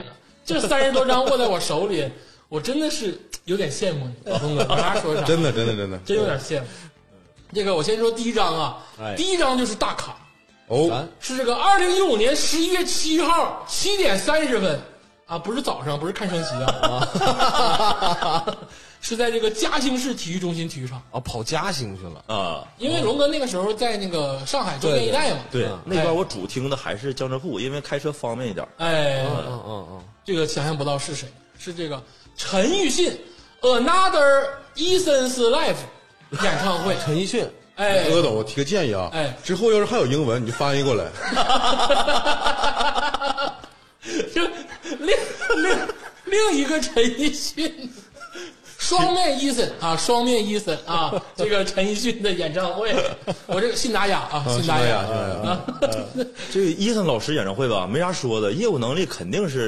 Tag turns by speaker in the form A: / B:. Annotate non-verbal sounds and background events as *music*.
A: *laughs* 这三十多张握在我手里，我真的是有点羡慕你，老东哥，没啥说啥，
B: *laughs* 真的，真的，真的，
A: 真有点羡慕。这个我先说第一张啊，
C: 哎
A: 第一张就是大卡，
B: 哦
C: 咱，
A: 是这个二零一五年十一月七号七点三十分啊，不是早上，不是看升旗啊， *laughs* 是在这个嘉兴市体育中心体育场，
C: 啊，跑嘉兴去了，
D: 啊，
A: 因为龙哥那个时候在那个上海周边一带嘛，
D: 对
C: 嗯，
D: 那边我主听的还是江浙沪，因为开车方便一点。
A: 哎，
C: 嗯嗯嗯，
A: 这个想象不到是谁，是这个陈奕迅 Another Eason's Life 演唱
B: *laughs*
A: 会，
C: 陈奕迅，
A: 哎，
B: 阿斗，我提个建议啊，
A: 哎
B: 之后要是还有英文，你就翻译过来。
A: 这另另另一个陈奕迅，双面伊森啊，双面伊森啊，这个陈奕迅的演唱会，我这个信达雅啊，信
B: 哦信达
A: 达
B: 雅
A: 雅
B: 信达雅
A: 啊，
D: 这个伊森老师演唱会吧，没啥说的，业务能力肯定是